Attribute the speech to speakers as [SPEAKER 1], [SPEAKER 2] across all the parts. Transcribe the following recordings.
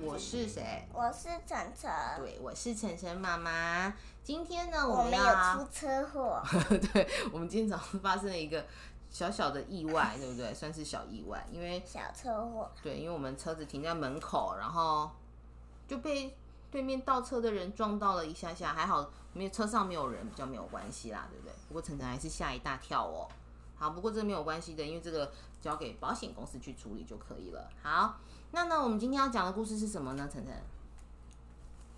[SPEAKER 1] 我是谁？
[SPEAKER 2] 我是晨晨。
[SPEAKER 1] 对，我是晨晨妈妈。今天呢，
[SPEAKER 2] 我
[SPEAKER 1] 们
[SPEAKER 2] 们
[SPEAKER 1] 要
[SPEAKER 2] 有出车祸，
[SPEAKER 1] 对，我们今天早上发生了一个小小的意外，对不对？ 算是小意外，因为
[SPEAKER 2] 小车祸，
[SPEAKER 1] 对，因为我们车子停在门口，然后就被对面倒车的人撞到了一下下，还好没有车上没有人，比较没有关系啦，对不对？不过晨晨还是吓一大跳哦。好，不过这没有关系的，因为这个交给保险公司去处理就可以了。好，那呢，我们今天要讲的故事是什么呢？晨晨，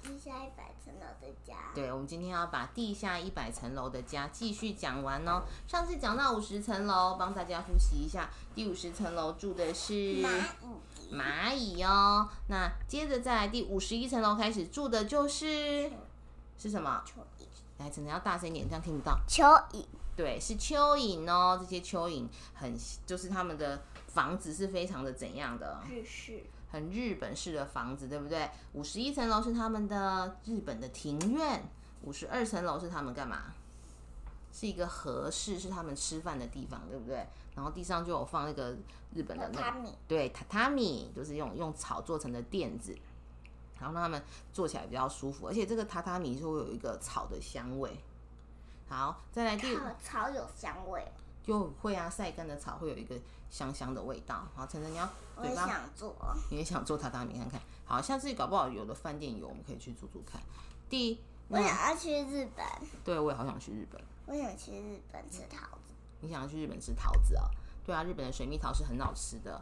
[SPEAKER 2] 地下一百层楼的家。
[SPEAKER 1] 对，我们今天要把地下一百层楼的家继续讲完哦。上次讲到五十层楼，帮大家复习一下，第五十层楼住的是
[SPEAKER 2] 蚂蚁
[SPEAKER 1] 蚂蚁哦。那接着再来第五十一层楼开始住的就是是什么？
[SPEAKER 2] 蚯蚓，
[SPEAKER 1] 来，晨晨要大声一点，这样听不到。
[SPEAKER 2] 蚯蚓，
[SPEAKER 1] 对，是蚯蚓哦。这些蚯蚓很就是他们的房子是非常的怎样的？
[SPEAKER 2] 日式
[SPEAKER 1] 很日本式的房子，对不对？五十一层楼是他们的日本的庭院，五十二层楼是他们干嘛？是一个和室，是他们吃饭的地方，对不对？然后地上就有放那个日本的
[SPEAKER 2] 榻
[SPEAKER 1] 那个
[SPEAKER 2] 榻米，
[SPEAKER 1] 对，榻榻米就是用用草做成的垫子，然后让他们坐起来比较舒服，而且这个榻榻米就会有一个草的香味。好，再来第五
[SPEAKER 2] 靠草有香味，
[SPEAKER 1] 就会啊，晒干的草会有一个香香的味道。好，晨晨你要
[SPEAKER 2] 我
[SPEAKER 1] 嘴
[SPEAKER 2] 也
[SPEAKER 1] 巴，
[SPEAKER 2] 想做。
[SPEAKER 1] 你也想做榻榻米看看。好，下次搞不好有的饭店有，我们可以去住住看。第，
[SPEAKER 2] 我
[SPEAKER 1] 那
[SPEAKER 2] 想要去日本，
[SPEAKER 1] 对我也好想去日本。
[SPEAKER 2] 我想去日本吃桃子。
[SPEAKER 1] 你想要去日本吃桃子啊、对啊，日本的水蜜桃是很好吃的。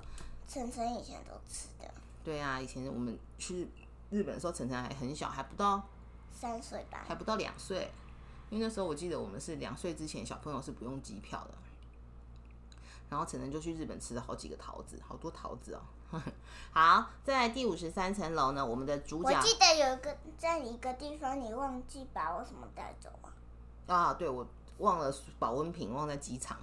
[SPEAKER 2] 晨晨以前都吃的，
[SPEAKER 1] 对啊，以前我们去日本的时候，晨晨还很小，还不到
[SPEAKER 2] 三岁吧
[SPEAKER 1] 还，不到两岁，因为那时候我记得我们是两岁之前小朋友是不用机票的。然后晨晨就去日本吃了好几个桃子，好多桃子哦。 好，再来第五十三层楼呢，我们的主
[SPEAKER 2] 我
[SPEAKER 1] 角
[SPEAKER 2] 记得有一个在一个地方，你忘记把我什么带走啊？
[SPEAKER 1] 啊，对我忘了保温瓶，忘在机场，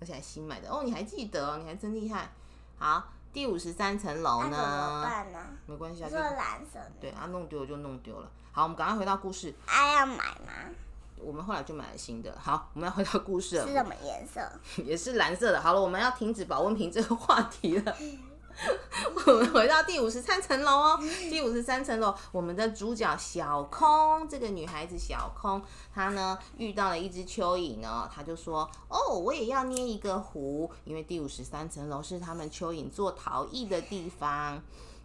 [SPEAKER 1] 而且还新买的哦，你还记得哦，你还真厉害。好，第五十三层楼
[SPEAKER 2] 那怎么
[SPEAKER 1] 呢，
[SPEAKER 2] 办呢？
[SPEAKER 1] 没关系
[SPEAKER 2] 你
[SPEAKER 1] 啊，
[SPEAKER 2] 说
[SPEAKER 1] 就
[SPEAKER 2] 蓝色的，
[SPEAKER 1] 对啊，弄丢了就弄丢了。好，我们赶快回到故事，
[SPEAKER 2] 啊要买吗？
[SPEAKER 1] 我们后来就买了新的。好，我们要回到故事了
[SPEAKER 2] 是，啊什么颜色？
[SPEAKER 1] 也是蓝色的。好了，我们要停止保温瓶这个话题了。 我们回到第五十三层楼哦，第五十三层楼，我们的主角小空，这个女孩子小空，她呢遇到了一只蚯蚓呢，她就说：“哦，我也要捏一个壶，因为第五十三层楼是他们蚯蚓做陶艺的地方。”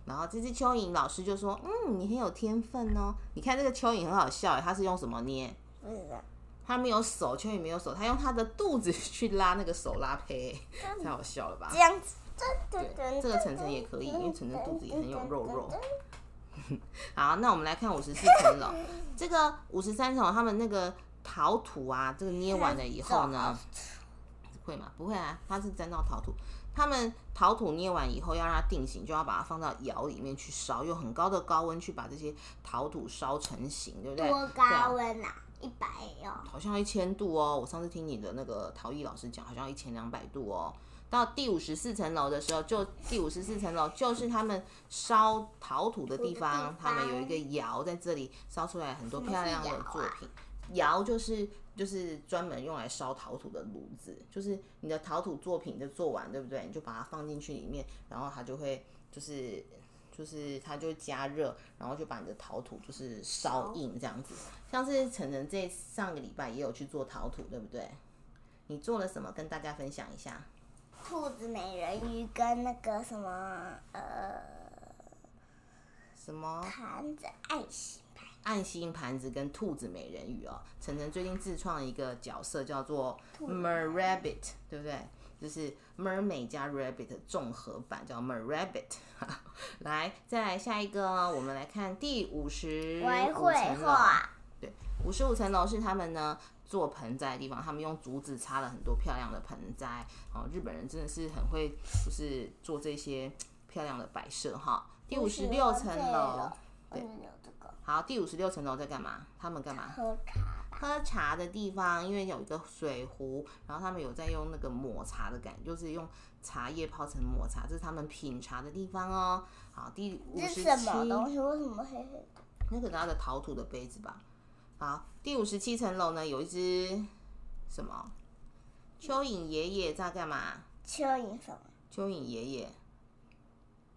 [SPEAKER 1] 然后这只蚯蚓老师就说：“嗯，你很有天分哦，你看这个蚯蚓很好笑欸耶，它是用什么捏？
[SPEAKER 2] 不知道。
[SPEAKER 1] 他没有手，蚯蚓没有手，他用他的肚子去拉那个手拉胚，太好笑了吧
[SPEAKER 2] 这？样子。对
[SPEAKER 1] 这个晨晨也可以因为晨晨肚子也很有肉肉好，那我们来看五十四层楼，这个五十三层楼他们那个陶土啊，这个捏完了以后 呢，会吗？不会啊，它是沾到陶土。他们陶土捏完以后，要让它定型，就要把它放到窑里面去烧，用很高的高温去把这些陶土烧成型，对不对？
[SPEAKER 2] 多
[SPEAKER 1] 对啊
[SPEAKER 2] 高温啊？一百哦，
[SPEAKER 1] 好像一千度哦。我上次听你的那个陶艺老师讲，好像一千两百度哦。到第五十四层楼的时候，就第五十四层楼就是他们烧陶土的地方，
[SPEAKER 2] 土的地
[SPEAKER 1] 他
[SPEAKER 2] 方
[SPEAKER 1] 们有一个窑在这里烧出来很多漂亮的
[SPEAKER 2] 什么是
[SPEAKER 1] 作
[SPEAKER 2] 窑啊
[SPEAKER 1] 品。窑就是就是专门用来烧陶土的炉子，就是你的陶土作品就做完，对不对？你就把它放进去里面，然后它就会就是就是它就加热，然后就把你的陶土就是烧硬这样子。像是晨晨这上个礼拜也有去做陶土，对不对？你做了什么？跟大家分享一下。
[SPEAKER 2] 兔子、美人鱼跟那个什么呃
[SPEAKER 1] 什么
[SPEAKER 2] 盘子、爱心
[SPEAKER 1] 嗯
[SPEAKER 2] 盘，
[SPEAKER 1] 暗星盘子跟兔子美人鱼哦，晨晨最近自创一个角色叫做 Mer Rabbit，对不对？就是 mermaid 加 rabbit 的综合版叫 mer rabbit。来，再来下一个哦，我们来看第五十
[SPEAKER 2] 我还
[SPEAKER 1] 五
[SPEAKER 2] 会
[SPEAKER 1] 层楼。
[SPEAKER 2] 画
[SPEAKER 1] 对，五十五层楼是他们呢做盆栽的地方，他们用竹子插了很多漂亮的盆栽。哦，日本人真的是很会，就是做这些漂亮的摆设哈。第五十六层楼，，
[SPEAKER 2] 我嗯有这个
[SPEAKER 1] 好，第五十六层楼在干嘛？他们干嘛？
[SPEAKER 2] 喝茶吧，
[SPEAKER 1] 喝茶的地方，因为有一个水壶，然后他们有在用那个抹茶的感觉，就是用茶叶泡成抹茶，这是他们品茶的地方哦。好，第五
[SPEAKER 2] 这
[SPEAKER 1] 十
[SPEAKER 2] 是
[SPEAKER 1] 七
[SPEAKER 2] 什么东西？为什么黑黑的？
[SPEAKER 1] 那可能它的陶土的杯子吧。好，第五十七层楼呢，有一只什么蚯蚓爷爷在干嘛？
[SPEAKER 2] 蚯蚓什么？
[SPEAKER 1] 蚯蚓爷爷，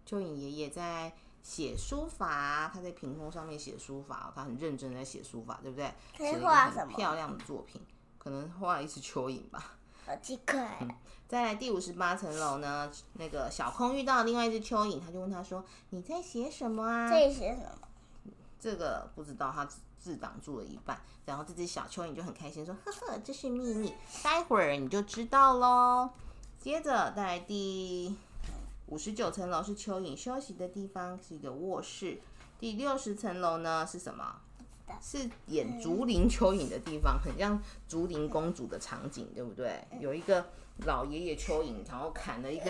[SPEAKER 1] 蚯蚓爷爷在写书法，他在屏风上面写书法，他很认真地在写书法，对不对？
[SPEAKER 2] 可以
[SPEAKER 1] 写了一个
[SPEAKER 2] 画
[SPEAKER 1] 很
[SPEAKER 2] 什么
[SPEAKER 1] 漂亮的作品，可能画了一只蚯蚓吧。
[SPEAKER 2] 好奇怪，
[SPEAKER 1] 嗯再来第五十八层楼呢，那个小空遇到另外一只蚯蚓，他就问他说：“你在写什么啊？”
[SPEAKER 2] 这里写什么？
[SPEAKER 1] 这个不知道，他只只挡住了一半，然后这只小蚯蚓就很开心说：“呵呵，这是秘密，待会儿你就知道喽。”接着在第五十九层楼是蚯蚓休息的地方，是一个卧室。第六十层楼呢是什么？是演竹林蚯蚓的地方，很像竹林公主的场景，对不对？
[SPEAKER 2] 嗯
[SPEAKER 1] 有一个老爷爷蚯蚓，然后砍了一 个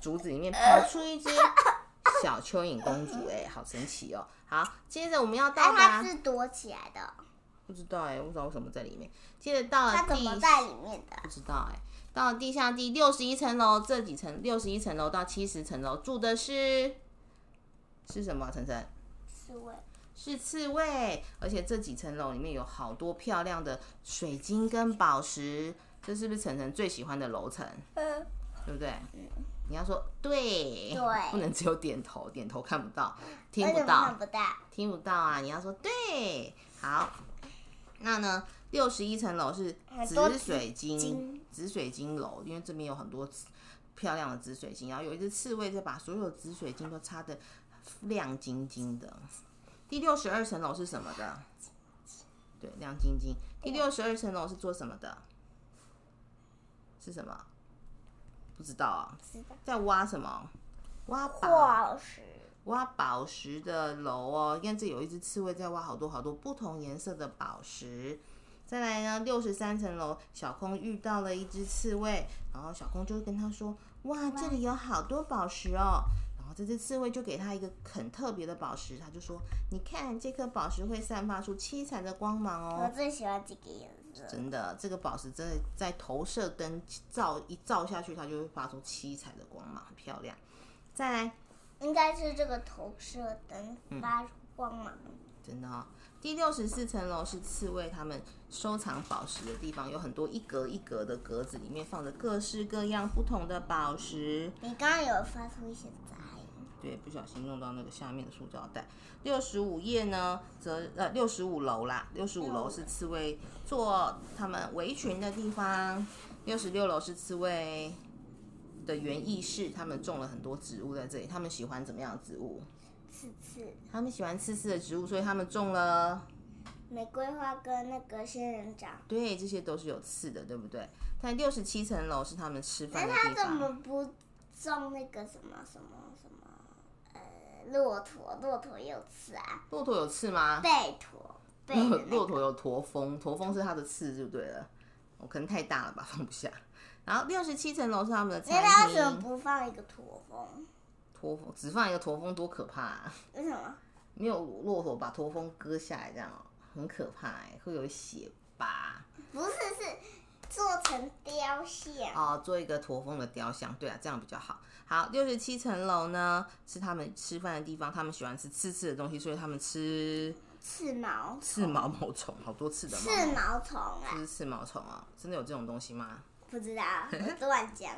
[SPEAKER 1] 竹子，里面跑出一只小蚯蚓公主、哎，好神奇哦！好，接着我们要到
[SPEAKER 2] 哎，
[SPEAKER 1] 达
[SPEAKER 2] 它，是躲起来的，
[SPEAKER 1] 不知道哎、我不知道为什么在里面。接着到了
[SPEAKER 2] 它怎
[SPEAKER 1] 第
[SPEAKER 2] 么在里面的？
[SPEAKER 1] 不知道哎、到了地下第六十一层楼，这几层六十一层楼到七十层楼住的是是什么啊？晨晨
[SPEAKER 2] 刺猬，
[SPEAKER 1] 是刺猬，而且这几层楼里面有好多漂亮的水晶跟宝石，这是不是晨晨最喜欢的楼层？
[SPEAKER 2] 嗯，
[SPEAKER 1] 对不对？你要说对，
[SPEAKER 2] 对
[SPEAKER 1] 不能只有点头，点头看不到，听
[SPEAKER 2] 为
[SPEAKER 1] 不
[SPEAKER 2] 什么
[SPEAKER 1] 到
[SPEAKER 2] 看，不到？
[SPEAKER 1] 听不到啊！你要说对，好。那呢，六十一层楼是
[SPEAKER 2] 很多
[SPEAKER 1] 紫水晶
[SPEAKER 2] 晶，
[SPEAKER 1] 紫水晶楼，因为这边有很多紫漂亮的紫水晶，然后有一只刺猬在把所有的紫水晶都擦得亮晶晶的。第六十二层楼是什么的？对，亮晶晶。第六十二层楼是做什么的？是什么？不知道啊，
[SPEAKER 2] 知道，
[SPEAKER 1] 在挖什么？挖宝。
[SPEAKER 2] 化石，
[SPEAKER 1] 挖宝石的楼哦，你看这有一只刺猬在挖好多好多不同颜色的宝石。再来呢，六十三层楼，小空遇到了一只刺猬，然后小空就跟他说：“哇，这里有好多宝石哦。”然后这只刺猬就给他一个很特别的宝石，他就说：“你看，这颗宝石会散发出七彩的光芒哦。”
[SPEAKER 2] 我最喜欢这个颜色，
[SPEAKER 1] 真的，这个宝石真的在投射灯照一照下去，它就会发出七彩的光芒，很漂亮。再来，
[SPEAKER 2] 应该是这个投射灯
[SPEAKER 1] 嗯
[SPEAKER 2] 发出光芒。
[SPEAKER 1] 真的、哦。第六十四层楼是刺猬他们收藏宝石的地方，有很多一格一格的格子，里面放着各式各样不同的宝石。
[SPEAKER 2] 你刚刚有发出一些杂音，
[SPEAKER 1] 对，不小心弄到那个下面的塑胶袋。六十五页呢，则呃六十五楼啦，六十五楼是刺猬做他们围裙的地方，六十六楼是刺猬的园艺室，他们种了很多植物在这里，他们喜欢怎么样的植物？
[SPEAKER 2] 刺刺。
[SPEAKER 1] 他们喜欢刺刺的植物，所以他们种了。
[SPEAKER 2] 玫瑰花跟那个仙人掌，
[SPEAKER 1] 对，这些都是有刺的，对不对？但六十七层楼是他们吃饭
[SPEAKER 2] 那
[SPEAKER 1] 的
[SPEAKER 2] 他
[SPEAKER 1] 地
[SPEAKER 2] 怎
[SPEAKER 1] 方。
[SPEAKER 2] 么不种那个什么什么什么？呃，骆驼，骆驼也有刺啊，
[SPEAKER 1] 骆驼有刺 吗？
[SPEAKER 2] 背驼，背
[SPEAKER 1] 骆
[SPEAKER 2] 的那
[SPEAKER 1] 骆
[SPEAKER 2] 个
[SPEAKER 1] 驼有驼峰，驼峰是它的刺就对了。我、可能太大了吧， 放不下。然后六十七层楼是他们的
[SPEAKER 2] 那他
[SPEAKER 1] 餐
[SPEAKER 2] 为什么
[SPEAKER 1] 厅。
[SPEAKER 2] 不放一个驼峰？
[SPEAKER 1] 驼峰只放一个驼峰多可怕、啊！
[SPEAKER 2] 为什么？
[SPEAKER 1] 没有骆驼把驼峰割下来，这样哦很可怕、欸，会有血吧？
[SPEAKER 2] 不是，是做成雕像。
[SPEAKER 1] 哦，做一个驼峰的雕像，对啊，这样比较好。好，六十七层楼呢是他们吃饭的地方，他们喜欢吃刺刺的东西，所以他们吃
[SPEAKER 2] 刺毛，
[SPEAKER 1] 刺毛毛虫，好多刺的毛
[SPEAKER 2] 刺
[SPEAKER 1] 毛，
[SPEAKER 2] 毛虫
[SPEAKER 1] 这
[SPEAKER 2] 啊，
[SPEAKER 1] 是刺毛虫啊、真的有这种东西吗？
[SPEAKER 2] 不知道， 我乱讲，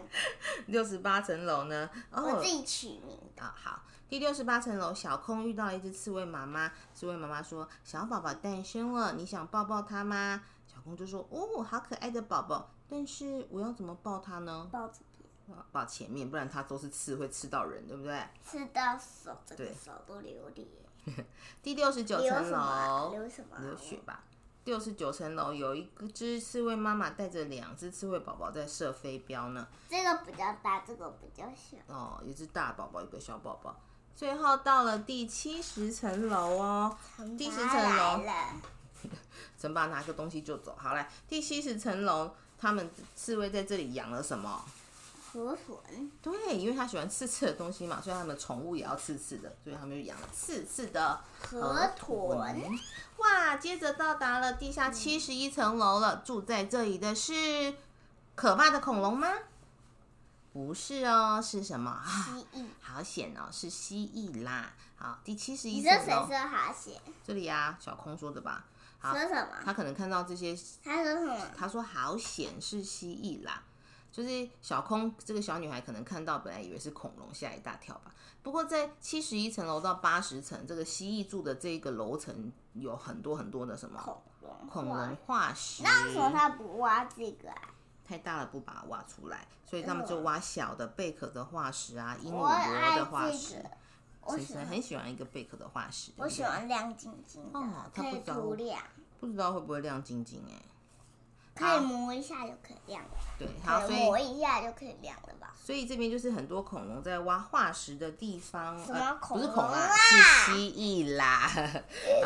[SPEAKER 1] 六十八层楼呢？
[SPEAKER 2] 我
[SPEAKER 1] 哦
[SPEAKER 2] 自，己取名的。
[SPEAKER 1] 啊好，第六十八层楼，小空遇到了一只刺猬妈妈，刺猬妈妈说：“小宝宝诞生了，你想抱抱它吗？”小空就说：“哦，好可爱的宝宝，但是我要怎么抱它呢？
[SPEAKER 2] 抱这边，
[SPEAKER 1] 抱前面，不然它都是刺，会刺到人，对不对？”
[SPEAKER 2] 吃到手，这
[SPEAKER 1] 对
[SPEAKER 2] 个手都流血，
[SPEAKER 1] 第六十九
[SPEAKER 2] 流
[SPEAKER 1] 层
[SPEAKER 2] 什么啊？
[SPEAKER 1] 楼，
[SPEAKER 2] 流什么啊？
[SPEAKER 1] 流哦血吧。六十九层楼有一个只刺猬妈妈带着两只刺猬宝宝在射飞镖呢。
[SPEAKER 2] 这个比较大，这个比较小。
[SPEAKER 1] 哦，一只大宝宝，一个小宝宝。最后到了第七十层楼哦，第十层
[SPEAKER 2] 来
[SPEAKER 1] 楼，
[SPEAKER 2] 了，
[SPEAKER 1] 陈爸拿个东西就走。好来，第七十层楼，他们刺猬在这里养了什么？
[SPEAKER 2] 河豚，
[SPEAKER 1] 对，因为他喜欢刺刺的东西嘛，所以他们宠物也要刺刺的，所以他们就养了刺刺的
[SPEAKER 2] 河豚。
[SPEAKER 1] 哇，接着到达了地
[SPEAKER 2] 嗯
[SPEAKER 1] 下七十一层楼了，住在这里的是可怕的恐龙吗？不是哦，是什么？ 啊、
[SPEAKER 2] 蜥蜴。
[SPEAKER 1] 好险哦，是蜥蜴啦。好，第七十一
[SPEAKER 2] 你
[SPEAKER 1] 层
[SPEAKER 2] 这谁
[SPEAKER 1] 楼，
[SPEAKER 2] 说好写？
[SPEAKER 1] 这里啊，小空说的吧？好
[SPEAKER 2] 说，什
[SPEAKER 1] 啊他
[SPEAKER 2] 么？
[SPEAKER 1] 可能看到这些，
[SPEAKER 2] 他说什么？
[SPEAKER 1] 他说好险是蜥蜴啦。就是小空这个小女孩可能看到，本来以为是恐龙，吓一大跳吧。不过在七十一层楼到八十层，这个蜥蜴住的这个楼层有很多很多的什么
[SPEAKER 2] 恐龙
[SPEAKER 1] 恐龙
[SPEAKER 2] 化。
[SPEAKER 1] 化石，
[SPEAKER 2] 那为什么他不挖这个啊？
[SPEAKER 1] 太大了不把它挖出来，所以他们就挖小的贝壳的化石啊，鹦鹉
[SPEAKER 2] 嗯我爱
[SPEAKER 1] 螺的化
[SPEAKER 2] 这
[SPEAKER 1] 石
[SPEAKER 2] 个。，我
[SPEAKER 1] 其
[SPEAKER 2] 喜
[SPEAKER 1] 实
[SPEAKER 2] 欢
[SPEAKER 1] 很喜欢一个贝壳的化石，对不对
[SPEAKER 2] 我喜欢亮晶晶
[SPEAKER 1] 哦
[SPEAKER 2] 的，
[SPEAKER 1] 它
[SPEAKER 2] 可
[SPEAKER 1] 不
[SPEAKER 2] 以
[SPEAKER 1] 着
[SPEAKER 2] 涂亮，
[SPEAKER 1] 不知道会不会亮晶晶哎、
[SPEAKER 2] 可以磨一下就可以亮了，
[SPEAKER 1] 对，好，
[SPEAKER 2] 可
[SPEAKER 1] 所
[SPEAKER 2] 以磨
[SPEAKER 1] 以
[SPEAKER 2] 一下就可以亮了吧？
[SPEAKER 1] 所以这边就是很多恐龙在挖化石的地方，呃
[SPEAKER 2] 什么
[SPEAKER 1] 不是
[SPEAKER 2] 恐
[SPEAKER 1] 恐
[SPEAKER 2] 龙
[SPEAKER 1] 啦，
[SPEAKER 2] 啊
[SPEAKER 1] 是蜥蜴 啦。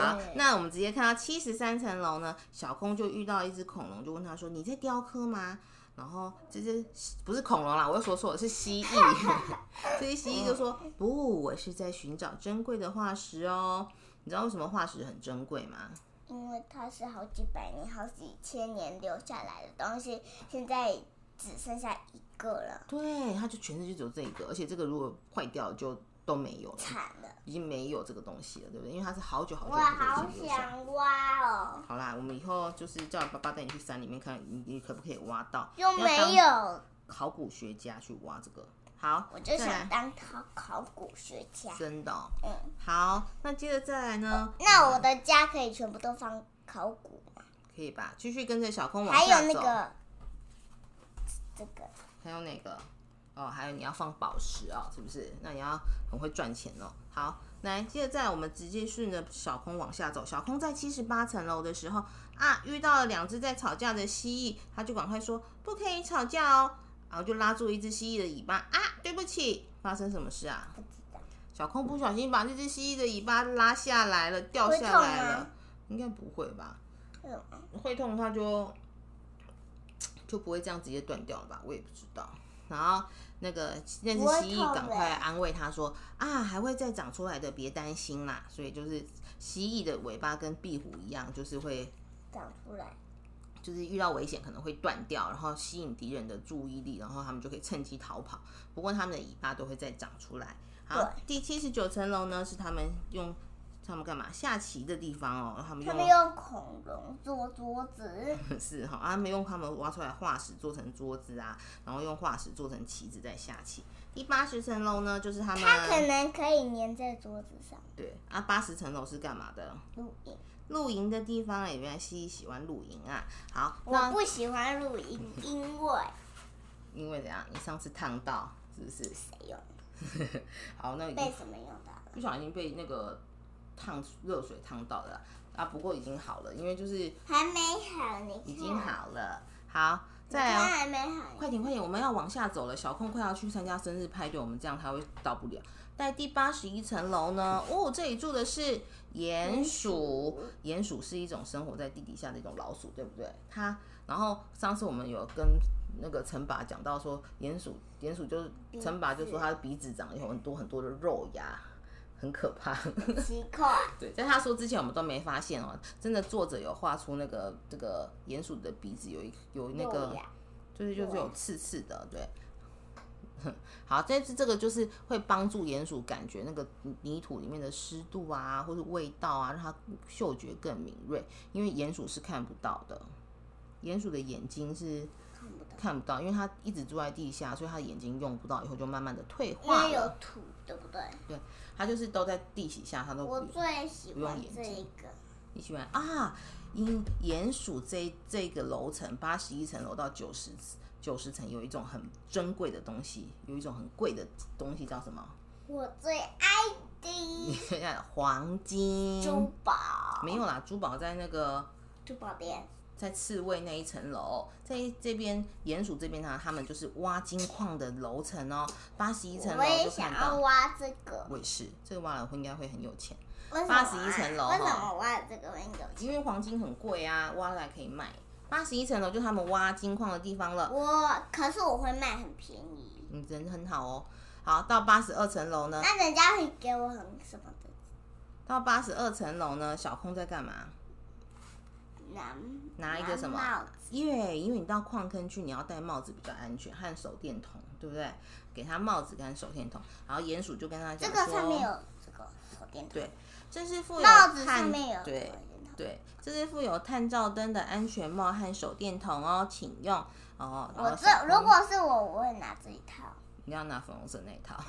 [SPEAKER 1] 好
[SPEAKER 2] 嗯，
[SPEAKER 1] 那我们直接看到七十三层楼呢，小空就遇到一只恐龙，就问他说：“你在雕刻吗？”然后这只不是恐龙啦，我又说错了，是蜥蜴。 这只蜥蜴就说：“不，我是在寻找珍贵的化石哦。”你知道为什么化石很珍贵吗？
[SPEAKER 2] 因为它是好几百年、好几千年留下来的东西，现在只剩下一个了，
[SPEAKER 1] 对，它就全世界只有这一个，而且这个如果坏掉就都没有了。
[SPEAKER 2] 惨了！
[SPEAKER 1] 已经没有这个东西了，对不对？因为它是好久好久
[SPEAKER 2] 我
[SPEAKER 1] 以前
[SPEAKER 2] 好
[SPEAKER 1] 留下来
[SPEAKER 2] 想挖哦，
[SPEAKER 1] 好啦，我们以后就是叫爸爸带你去山里面看，你你可不可以挖到？
[SPEAKER 2] 又
[SPEAKER 1] 要当
[SPEAKER 2] 没有，
[SPEAKER 1] 考古学家去挖这个。好，
[SPEAKER 2] 我就
[SPEAKER 1] 再来
[SPEAKER 2] 想当考考古学家。
[SPEAKER 1] 真的哦、
[SPEAKER 2] 嗯，
[SPEAKER 1] 好，那接着再来呢？
[SPEAKER 2] 那我的家可以全部都放考古吗，
[SPEAKER 1] 可以吧？继续跟着小空往
[SPEAKER 2] 还
[SPEAKER 1] 嗯下走。
[SPEAKER 2] 有那个这个
[SPEAKER 1] 还有那个，哦，还有你要放宝石哦，是不是？那你要很会赚钱哦。好，来，接着再来我们直接顺着小空往下走。小空在七十八层楼的时候啊，遇到了两只在吵架的蜥蜴，他就赶快说不可以吵架哦，然后就拉住一只蜥蜴的尾巴啊，对不起，发生什么事啊？
[SPEAKER 2] 不知道，
[SPEAKER 1] 小空不小心把这只蜥蜴的尾巴拉下来了，掉
[SPEAKER 2] 会
[SPEAKER 1] 下
[SPEAKER 2] 痛
[SPEAKER 1] 来
[SPEAKER 2] 吗
[SPEAKER 1] 了，应该不会吧？
[SPEAKER 2] 为什么？
[SPEAKER 1] 会痛它就就不会这样直接断掉了吧？我也不知道。然后那个那只
[SPEAKER 2] 不会
[SPEAKER 1] 蜥
[SPEAKER 2] 痛欸
[SPEAKER 1] 蜴赶
[SPEAKER 2] 的
[SPEAKER 1] 快安慰它说啊，还会再长出来的，别担心啦。所以就是蜥蜴的尾巴跟壁虎一样，就是会
[SPEAKER 2] 长出来，
[SPEAKER 1] 就是遇到危险可能会断掉，然后吸引敌人的注意力，然后他们就可以趁机逃跑。不过他们的尾巴都会再长出来。好，第七十九层楼呢是他们用他们干嘛下棋的地方哦，他们
[SPEAKER 2] 他
[SPEAKER 1] 用
[SPEAKER 2] 们用恐龙做桌子，
[SPEAKER 1] 是哈，啊他们用他们挖出来的化石做成桌子啊，然后用化石做成棋子在下棋。第八十层楼呢，就是他们
[SPEAKER 2] 它可能可以粘在桌子上
[SPEAKER 1] 对啊，八十层楼是干嘛的？
[SPEAKER 2] 录影。
[SPEAKER 1] 露营的地方哎，原来蜥蜴喜欢露营啊。好，
[SPEAKER 2] 我
[SPEAKER 1] 那
[SPEAKER 2] 不喜欢录音，因为
[SPEAKER 1] 因为怎样？你上次烫到是不是？
[SPEAKER 2] 谁用
[SPEAKER 1] 好，那已
[SPEAKER 2] 被
[SPEAKER 1] 经
[SPEAKER 2] 什么用到了？
[SPEAKER 1] 不小心被那个烫热水烫到的啦。啊，不过已经好了，因为就是已
[SPEAKER 2] 还没好，你看
[SPEAKER 1] 经，好了。好，再来、哦
[SPEAKER 2] 它还没好，
[SPEAKER 1] 快点快点，我们要往下走了，小空快要去参加生日派对，我们这样他会到不了。在第八十一层楼呢，哦，这里住的是鼹鼠，鼹鼠是一种生活在地底下的一种老鼠，对不对？它，然后上次我们有跟那个陈爸讲到说，鼹鼠，鼹鼠就是陈爸就说它的鼻子长有很多很多的肉芽，很可怕。
[SPEAKER 2] 奇怪，
[SPEAKER 1] 对，在他说之前，我们都没发现哦。真的，作者有画出那个这个鼹鼠的鼻子有一有那个
[SPEAKER 2] 肉芽，
[SPEAKER 1] 就是就是
[SPEAKER 2] 啊
[SPEAKER 1] 有刺刺的，对。 好，但是这个就是会帮助鼹鼠感觉那个泥土里面的湿度啊，或者味道啊，让它嗅觉更敏锐，因为鼹鼠是看不到的。鼹鼠的眼睛是
[SPEAKER 2] 看不到，
[SPEAKER 1] 看不到，因为它一直住在地下，所以它的眼睛用不到，以后就慢慢的退
[SPEAKER 2] 因
[SPEAKER 1] 化
[SPEAKER 2] 为
[SPEAKER 1] 了。
[SPEAKER 2] 有土，对不对？
[SPEAKER 1] 它就是都在地底下，它都
[SPEAKER 2] 我最喜
[SPEAKER 1] 不用
[SPEAKER 2] 欢
[SPEAKER 1] 眼
[SPEAKER 2] 这一
[SPEAKER 1] 睛
[SPEAKER 2] 个，
[SPEAKER 1] 你喜欢啊？因鼹鼠这这个楼层，八十一层楼到九十九十层，有一种很珍贵的东西，有一种很贵的东西叫什么？
[SPEAKER 2] 我最爱
[SPEAKER 1] 你
[SPEAKER 2] 的
[SPEAKER 1] 看看黄金？
[SPEAKER 2] 珠宝，
[SPEAKER 1] 没有啦，珠宝在那个
[SPEAKER 2] 珠宝店，
[SPEAKER 1] 在刺猬那一层楼，在这边鼹鼠这边呢，他们就是挖金矿的楼层哦，八十一层
[SPEAKER 2] 我
[SPEAKER 1] 楼
[SPEAKER 2] 也
[SPEAKER 1] 就
[SPEAKER 2] 想
[SPEAKER 1] 看
[SPEAKER 2] 要
[SPEAKER 1] 到。
[SPEAKER 2] 挖这个，
[SPEAKER 1] 我也是，这个挖了会应该会很有钱，
[SPEAKER 2] 为什么
[SPEAKER 1] 81层楼
[SPEAKER 2] 啊为什
[SPEAKER 1] 哈
[SPEAKER 2] 么挖这个会有钱？
[SPEAKER 1] 因为黄金很贵啊，挖来可以卖。八十一层楼就是他们挖金矿的地方了。
[SPEAKER 2] 我可是我会卖很便宜，
[SPEAKER 1] 你人很好哦。好，到八十二层楼呢？
[SPEAKER 2] 那人家会给我很什么的
[SPEAKER 1] 到八十二层楼呢？小空在干嘛？
[SPEAKER 2] 拿
[SPEAKER 1] 拿一个什么
[SPEAKER 2] 帽子？
[SPEAKER 1] 因为因为你到矿坑去，你要戴帽子比较安全，和手电筒，对不对？给他帽子跟手电筒。然后鼹鼠就跟他
[SPEAKER 2] 这
[SPEAKER 1] 讲
[SPEAKER 2] 个
[SPEAKER 1] 说，
[SPEAKER 2] 上面有这个手电筒，
[SPEAKER 1] 对，真是富有
[SPEAKER 2] 帽子
[SPEAKER 1] 汉
[SPEAKER 2] 上面有手
[SPEAKER 1] 对
[SPEAKER 2] 电筒，
[SPEAKER 1] 对，这是附有探照灯的安全帽和手电筒哦，请用哦。然后
[SPEAKER 2] 我这
[SPEAKER 1] 小空
[SPEAKER 2] 如果是我，我会拿这一套。
[SPEAKER 1] 你要拿粉红色那一套，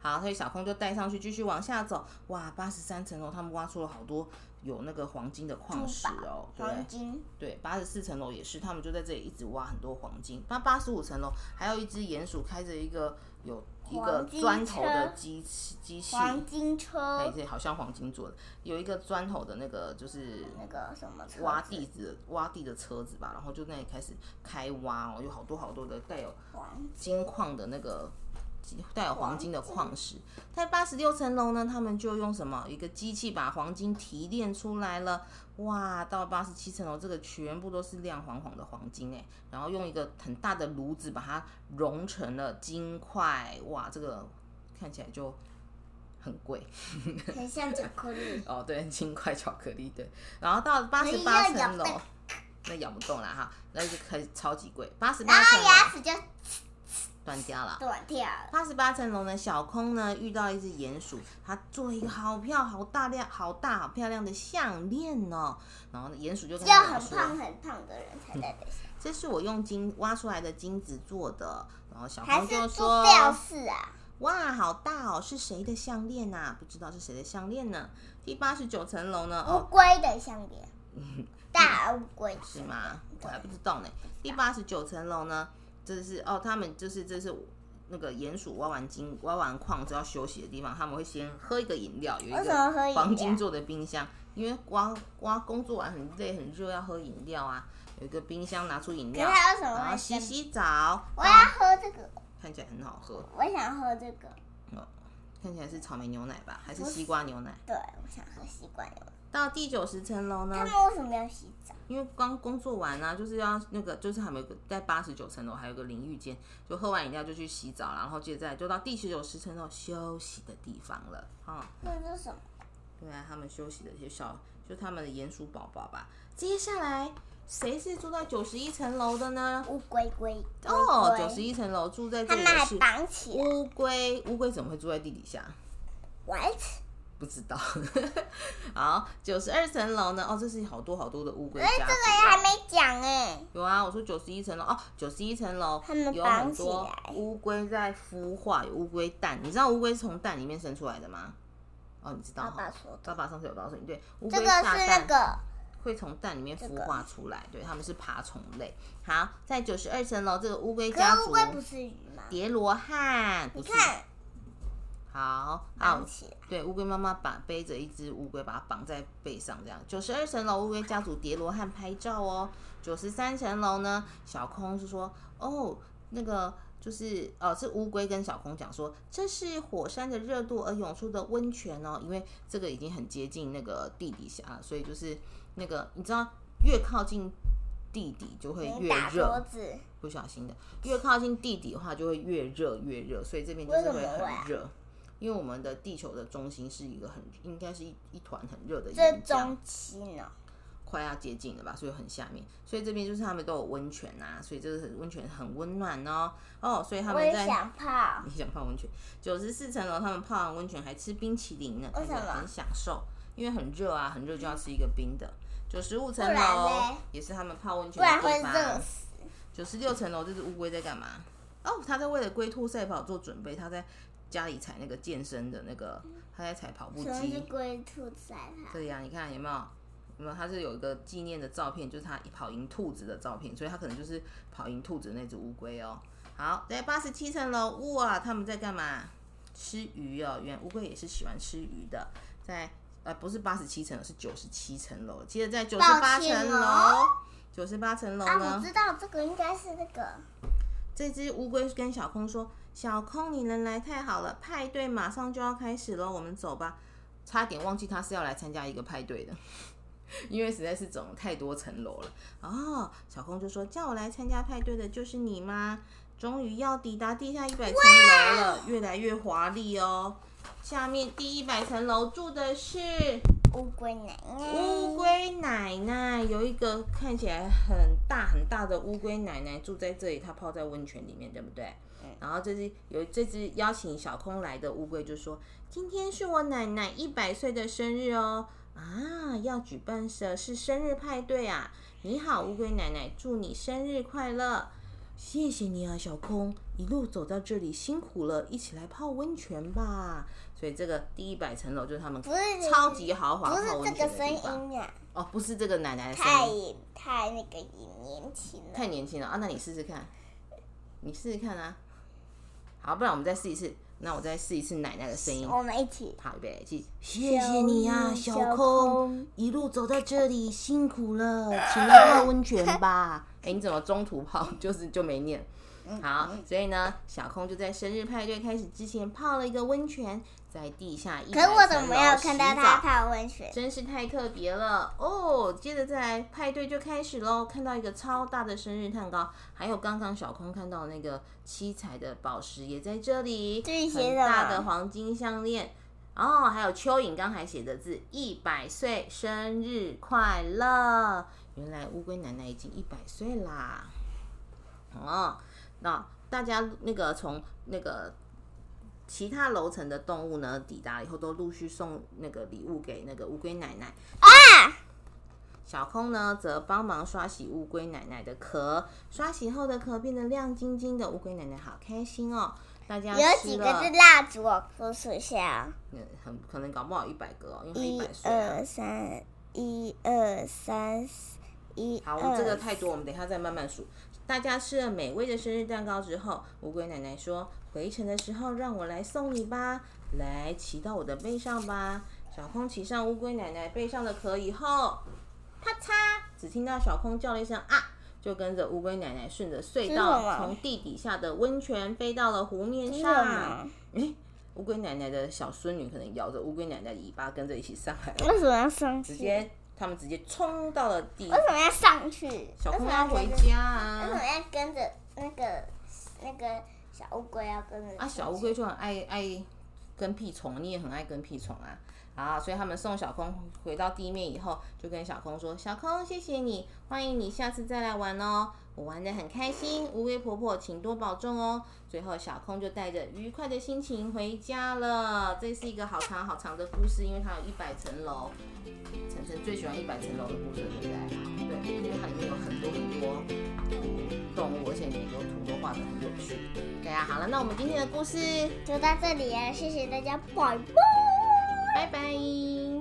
[SPEAKER 1] 好，所以小空就带上去，继续往下走。哇，八十三层楼他们挖出了好多有那个黄金的矿石哦，对
[SPEAKER 2] 黄金，
[SPEAKER 1] 对，八十四层楼也是，他们就在这里一直挖很多黄金。那八十五层楼还有一只鼹鼠开着一个有一个
[SPEAKER 2] 黄金
[SPEAKER 1] 砖头的
[SPEAKER 2] 车
[SPEAKER 1] 机器机器，
[SPEAKER 2] 黄金
[SPEAKER 1] 哎，
[SPEAKER 2] 车，
[SPEAKER 1] 这好像黄金做的，有一个砖头的那个就是
[SPEAKER 2] 那个什么车子
[SPEAKER 1] 挖地子挖地的车子吧，然后就那里开始开挖哦，有好多好多的带有
[SPEAKER 2] 黄
[SPEAKER 1] 金矿的那个带有黄金的矿石。在八十六层楼呢，他们就用什么一个机器把黄金提炼出来了。哇，到八十七层楼，这个全部都是亮晃晃的黄金哎，然后用一个很大的炉子把它熔成了金块。哇，这个看起来就很贵。。
[SPEAKER 2] 很像巧克 力
[SPEAKER 1] 哦，对，金块巧克力，对。然后到八
[SPEAKER 2] 可
[SPEAKER 1] 十
[SPEAKER 2] 以
[SPEAKER 1] 八
[SPEAKER 2] 要
[SPEAKER 1] 层
[SPEAKER 2] 咬
[SPEAKER 1] 楼
[SPEAKER 2] 断，
[SPEAKER 1] 那咬不动了哈，那就可以超级贵，八十八
[SPEAKER 2] 然后
[SPEAKER 1] 层
[SPEAKER 2] 牙
[SPEAKER 1] 楼
[SPEAKER 2] 齿就
[SPEAKER 1] 断掉了。
[SPEAKER 2] 断掉了。
[SPEAKER 1] 八十八层楼呢，小空呢遇到一只鼹鼠，它做了一个好漂好大量好大好漂亮的项链哦。然后呢，鼹鼠就跟
[SPEAKER 2] 只有
[SPEAKER 1] 他讲
[SPEAKER 2] 很胖
[SPEAKER 1] 说
[SPEAKER 2] 很胖的人才戴得下，：“
[SPEAKER 1] 这是我用金挖出来的金子做的。”然后小
[SPEAKER 2] 还
[SPEAKER 1] 空
[SPEAKER 2] 是
[SPEAKER 1] 就
[SPEAKER 2] 做
[SPEAKER 1] 说：“
[SPEAKER 2] 吊饰啊？
[SPEAKER 1] 哇，好大哦！是谁的项链呐、不知道是谁的项链呢？第八十九层楼呢？
[SPEAKER 2] 乌
[SPEAKER 1] 哦，
[SPEAKER 2] 龟的项链， 大乌龟
[SPEAKER 1] 是吗？我还不知道呢。第八十九层楼呢？这是哦，他们就是这是那个鼹鼠挖完金挖完矿之后休息的地方，他们会先喝一个饮料，有一
[SPEAKER 2] 为什么喝
[SPEAKER 1] 个
[SPEAKER 2] 饮料
[SPEAKER 1] 黄金做的冰箱，因为挖挖工作完很累很热，要喝饮料啊。有一个冰箱拿出饮
[SPEAKER 2] 可是
[SPEAKER 1] 料，
[SPEAKER 2] 它为什么
[SPEAKER 1] 然后
[SPEAKER 2] 会
[SPEAKER 1] 洗
[SPEAKER 2] 生？
[SPEAKER 1] 洗澡，
[SPEAKER 2] 我要喝这个，
[SPEAKER 1] 看起来很好喝，
[SPEAKER 2] 我想喝这个。
[SPEAKER 1] 看起来是草莓牛奶吧，还是
[SPEAKER 2] 不是
[SPEAKER 1] 西瓜牛奶？
[SPEAKER 2] 对，我想喝吸管油。
[SPEAKER 1] 到第九十层楼呢
[SPEAKER 2] 他，们为什么要洗澡？
[SPEAKER 1] 因为刚工作完啊，就是要那个，就是还没有在八十九层楼还有个淋浴间，就喝完饮料就去洗澡，然后接着再就到第十九十层楼休息的地方了。哦，
[SPEAKER 2] 那是什么？
[SPEAKER 1] 对啊，他们休息的一些小，就他们的鼹鼠宝宝吧。接下来谁是住到九十一层楼的呢？
[SPEAKER 2] 乌龟龟。
[SPEAKER 1] 哦，
[SPEAKER 2] 龟
[SPEAKER 1] 九十。一层楼住在这
[SPEAKER 2] 他
[SPEAKER 1] 里
[SPEAKER 2] 们
[SPEAKER 1] 的
[SPEAKER 2] 还
[SPEAKER 1] 是
[SPEAKER 2] 绑起来。
[SPEAKER 1] 乌龟，乌龟怎么会住在地底下？
[SPEAKER 2] What？
[SPEAKER 1] 不知道。 好，九十二层楼呢？哦，这是好多好多的乌龟
[SPEAKER 2] 哎，
[SPEAKER 1] 家
[SPEAKER 2] 这
[SPEAKER 1] 族
[SPEAKER 2] 个还没讲哎。
[SPEAKER 1] 有啊，我说九十一层楼哦，九十一层楼
[SPEAKER 2] 他们
[SPEAKER 1] 有
[SPEAKER 2] 绑
[SPEAKER 1] 很
[SPEAKER 2] 起
[SPEAKER 1] 多
[SPEAKER 2] 来
[SPEAKER 1] 乌龟在孵化，有乌龟蛋。你知道乌龟是从蛋里面生出来的吗？哦，你知道
[SPEAKER 2] 爸
[SPEAKER 1] 哈
[SPEAKER 2] 爸说的。
[SPEAKER 1] 爸爸上次有告诉你，对，乌
[SPEAKER 2] 这
[SPEAKER 1] 龟
[SPEAKER 2] 个
[SPEAKER 1] 下
[SPEAKER 2] 是那
[SPEAKER 1] 蛋
[SPEAKER 2] 个
[SPEAKER 1] 会从蛋里面
[SPEAKER 2] 这
[SPEAKER 1] 孵
[SPEAKER 2] 个
[SPEAKER 1] 化出来，对，他们是爬虫类。好，在九十二层楼，这个乌龟家
[SPEAKER 2] 可是
[SPEAKER 1] 族
[SPEAKER 2] 乌龟不是鱼吗？
[SPEAKER 1] 叠罗汉，不
[SPEAKER 2] 你
[SPEAKER 1] 是
[SPEAKER 2] 看，
[SPEAKER 1] 好啊
[SPEAKER 2] 绑，起来。
[SPEAKER 1] 对，乌龟妈妈把背着一只乌龟，把它绑在背上，这样。九十二层楼，乌龟家族叠罗汉拍照哦。九十三层楼呢，小空是说，哦，那个就是哦，是乌龟跟小空讲说，这是火山的热度而涌出的温泉哦，因为这个已经很接近那个地底下了，所以就是那个你知道，越靠近地底就会
[SPEAKER 2] 你
[SPEAKER 1] 越
[SPEAKER 2] 打桌
[SPEAKER 1] 热，
[SPEAKER 2] 子。
[SPEAKER 1] 不小心的，越靠近地底的话就会越热越热，所以这边就
[SPEAKER 2] 为
[SPEAKER 1] 是
[SPEAKER 2] 什
[SPEAKER 1] 会
[SPEAKER 2] 么会啊
[SPEAKER 1] 很热。因为我们的地球的中心是一个很，应该是一一团很热的
[SPEAKER 2] 这
[SPEAKER 1] 岩浆，
[SPEAKER 2] 中期呢？
[SPEAKER 1] 快要接近了吧，所以很下面，所以这边就是他们都有温泉啊，所以这个很温泉很温暖哦，哦，所以他
[SPEAKER 2] 我
[SPEAKER 1] 们
[SPEAKER 2] 也
[SPEAKER 1] 在
[SPEAKER 2] 想泡。
[SPEAKER 1] 你想泡温泉，九十四层楼他们泡完温泉还吃冰淇淋呢，
[SPEAKER 2] 为什么
[SPEAKER 1] 感觉很享受，因为很热啊，很热就要吃一个冰的。九十五层
[SPEAKER 2] 不然
[SPEAKER 1] 楼
[SPEAKER 2] 嘞
[SPEAKER 1] 也是他们泡温泉
[SPEAKER 2] 不然
[SPEAKER 1] 的
[SPEAKER 2] 会
[SPEAKER 1] 地
[SPEAKER 2] 热
[SPEAKER 1] 方。
[SPEAKER 2] 死。
[SPEAKER 1] 九十六层楼这只乌龟在干嘛？哦，它在为了龟兔赛跑做准备，它在家里踩那个健身的那个，它在踩跑步
[SPEAKER 2] 什么是
[SPEAKER 1] 机。
[SPEAKER 2] 龟兔赛跑？
[SPEAKER 1] 对呀、你看有没有？有没有？它是有一个纪念的照片，就是它跑赢兔子的照片，所以它可能就是跑赢兔子的那只乌龟哦。好，在八十七层楼，哇，他们在干嘛？吃鱼哦，原来乌龟也是喜欢吃鱼的。在呃，不是八十七层楼，是九十七层楼。接着在九十八
[SPEAKER 2] 抱歉
[SPEAKER 1] 层楼
[SPEAKER 2] 哦，
[SPEAKER 1] 九十八层楼呢？
[SPEAKER 2] 啊，我知道这个应该是那个
[SPEAKER 1] 这只乌龟跟小空说：“小空，你能来太好了，派对马上就要开始了，我们走吧。”差点忘记他是要来参加一个派对的， 因为实在是总太多层楼了。哦，小空就说：“叫我来参加派对的就是你吗？”终于要抵达地下一百层楼了，越来越华丽哦。下面第一百层楼住的是
[SPEAKER 2] 乌龟奶奶。
[SPEAKER 1] 乌龟奶奶有一个看起来很大很大的乌龟奶奶住在这里，它泡在温泉里面，对不对？然后这只有这只邀请小空来的乌龟就说：“今天是我奶奶一百岁的生日哦，啊，要举办的是生日派对啊！你好，乌龟奶奶，祝你生日快乐！谢谢你啊，小空，一路走到这里辛苦了，一起来泡温泉吧。所以这个第一百层楼就是他们
[SPEAKER 2] 不是
[SPEAKER 1] 超级豪华
[SPEAKER 2] 不
[SPEAKER 1] 泡
[SPEAKER 2] 是
[SPEAKER 1] 温
[SPEAKER 2] 这
[SPEAKER 1] 泉
[SPEAKER 2] 个
[SPEAKER 1] 的
[SPEAKER 2] 声
[SPEAKER 1] 地方。
[SPEAKER 2] 音啊，
[SPEAKER 1] 哦，不是这个奶奶的
[SPEAKER 2] 太
[SPEAKER 1] 声音，
[SPEAKER 2] 太那个年轻了。
[SPEAKER 1] 太年轻了啊！那你试试看，你试试看啊。好，不然我们再试一次。那我再试一次奶奶的声音。
[SPEAKER 2] 我们一起
[SPEAKER 1] 好，预备起。谢谢你呀、
[SPEAKER 2] 哦小
[SPEAKER 1] 小
[SPEAKER 2] 空
[SPEAKER 1] 空，一路走到这里辛苦 了，请来泡温泉吧。哎、你怎么中途泡？就是就没念。
[SPEAKER 2] 嗯
[SPEAKER 1] 好，所以呢，小空就在生日派对开始之前泡了一个温泉，在地下一
[SPEAKER 2] 可
[SPEAKER 1] 百
[SPEAKER 2] 是我
[SPEAKER 1] 层
[SPEAKER 2] 怎么
[SPEAKER 1] 楼
[SPEAKER 2] 没有看到
[SPEAKER 1] 洗
[SPEAKER 2] 他
[SPEAKER 1] 澡
[SPEAKER 2] 泡温泉？
[SPEAKER 1] 真是太特别了哦！接着再来派对就开始喽，看到一个超大的生日蛋糕，还有刚刚小空看到那个七彩的宝石也在这里，
[SPEAKER 2] 这是写
[SPEAKER 1] 很
[SPEAKER 2] 什么
[SPEAKER 1] 大的黄金项链。哦，还有蚯蚓刚才写的字“一百岁生日快乐”，原来乌龟奶奶已经一百岁啦。哦，那大家那个从那个其他楼层的动物呢抵达以后，都陆续送那个礼物给那个乌龟奶奶。小空呢，则帮忙刷洗乌龟奶奶的壳，刷洗后的壳变得亮晶晶的，乌龟奶奶好开心哦！大家
[SPEAKER 2] 有
[SPEAKER 1] 吃
[SPEAKER 2] 几
[SPEAKER 1] 了
[SPEAKER 2] 个是蜡烛？我我数一下啊，
[SPEAKER 1] 嗯很可能搞不好一百个哦，因为它
[SPEAKER 2] 一
[SPEAKER 1] 一百岁啊。
[SPEAKER 2] 二三，一二三，一
[SPEAKER 1] 好，
[SPEAKER 2] 二。
[SPEAKER 1] 这个太多，我们等一下再慢慢数。大家吃了美味的生日蛋糕之后，乌龟奶奶说：“回程的时候让我来送你吧，来骑到我的背上吧。”小空骑上乌龟奶奶背上的壳以后，啪嚓，只听到小空叫了一声啊，就跟着乌龟奶奶顺着隧
[SPEAKER 2] 这是什
[SPEAKER 1] 道
[SPEAKER 2] 么
[SPEAKER 1] 从地底下的温泉飞到了湖面
[SPEAKER 2] 这是什
[SPEAKER 1] 上
[SPEAKER 2] 么。
[SPEAKER 1] 诶，乌龟奶奶的小孙女可能咬着乌龟奶奶的尾巴跟着一起上来了，
[SPEAKER 2] 为什么要上去？
[SPEAKER 1] 直接他们直接冲到了地
[SPEAKER 2] 为什么要上去？
[SPEAKER 1] 小
[SPEAKER 2] 为什
[SPEAKER 1] 空
[SPEAKER 2] 么
[SPEAKER 1] 要
[SPEAKER 2] 要
[SPEAKER 1] 回
[SPEAKER 2] 跟着？
[SPEAKER 1] 家
[SPEAKER 2] 为什
[SPEAKER 1] 啊！
[SPEAKER 2] 么要跟着那个那个小乌龟要跟着？
[SPEAKER 1] 啊，小乌龟就很爱爱跟屁虫，你也很爱跟屁虫啊。啊，所以他们送小空回到地面以后，就跟小空说：“小空，谢谢你，欢迎你下次再来玩哦，我玩的很开心。乌龟婆婆，请多保重哦。”最后，小空就带着愉快的心情回家了。这是一个好长好长的故事，因为它有一百层楼。晨晨最喜欢一百层楼的故事，对不对？对，因为它里面有很多很多动物，而且每个图都画的很有趣。对啊，好了，那我们今天的故事，
[SPEAKER 2] 就到这里啊，谢谢大家，拜拜。
[SPEAKER 1] 拜拜。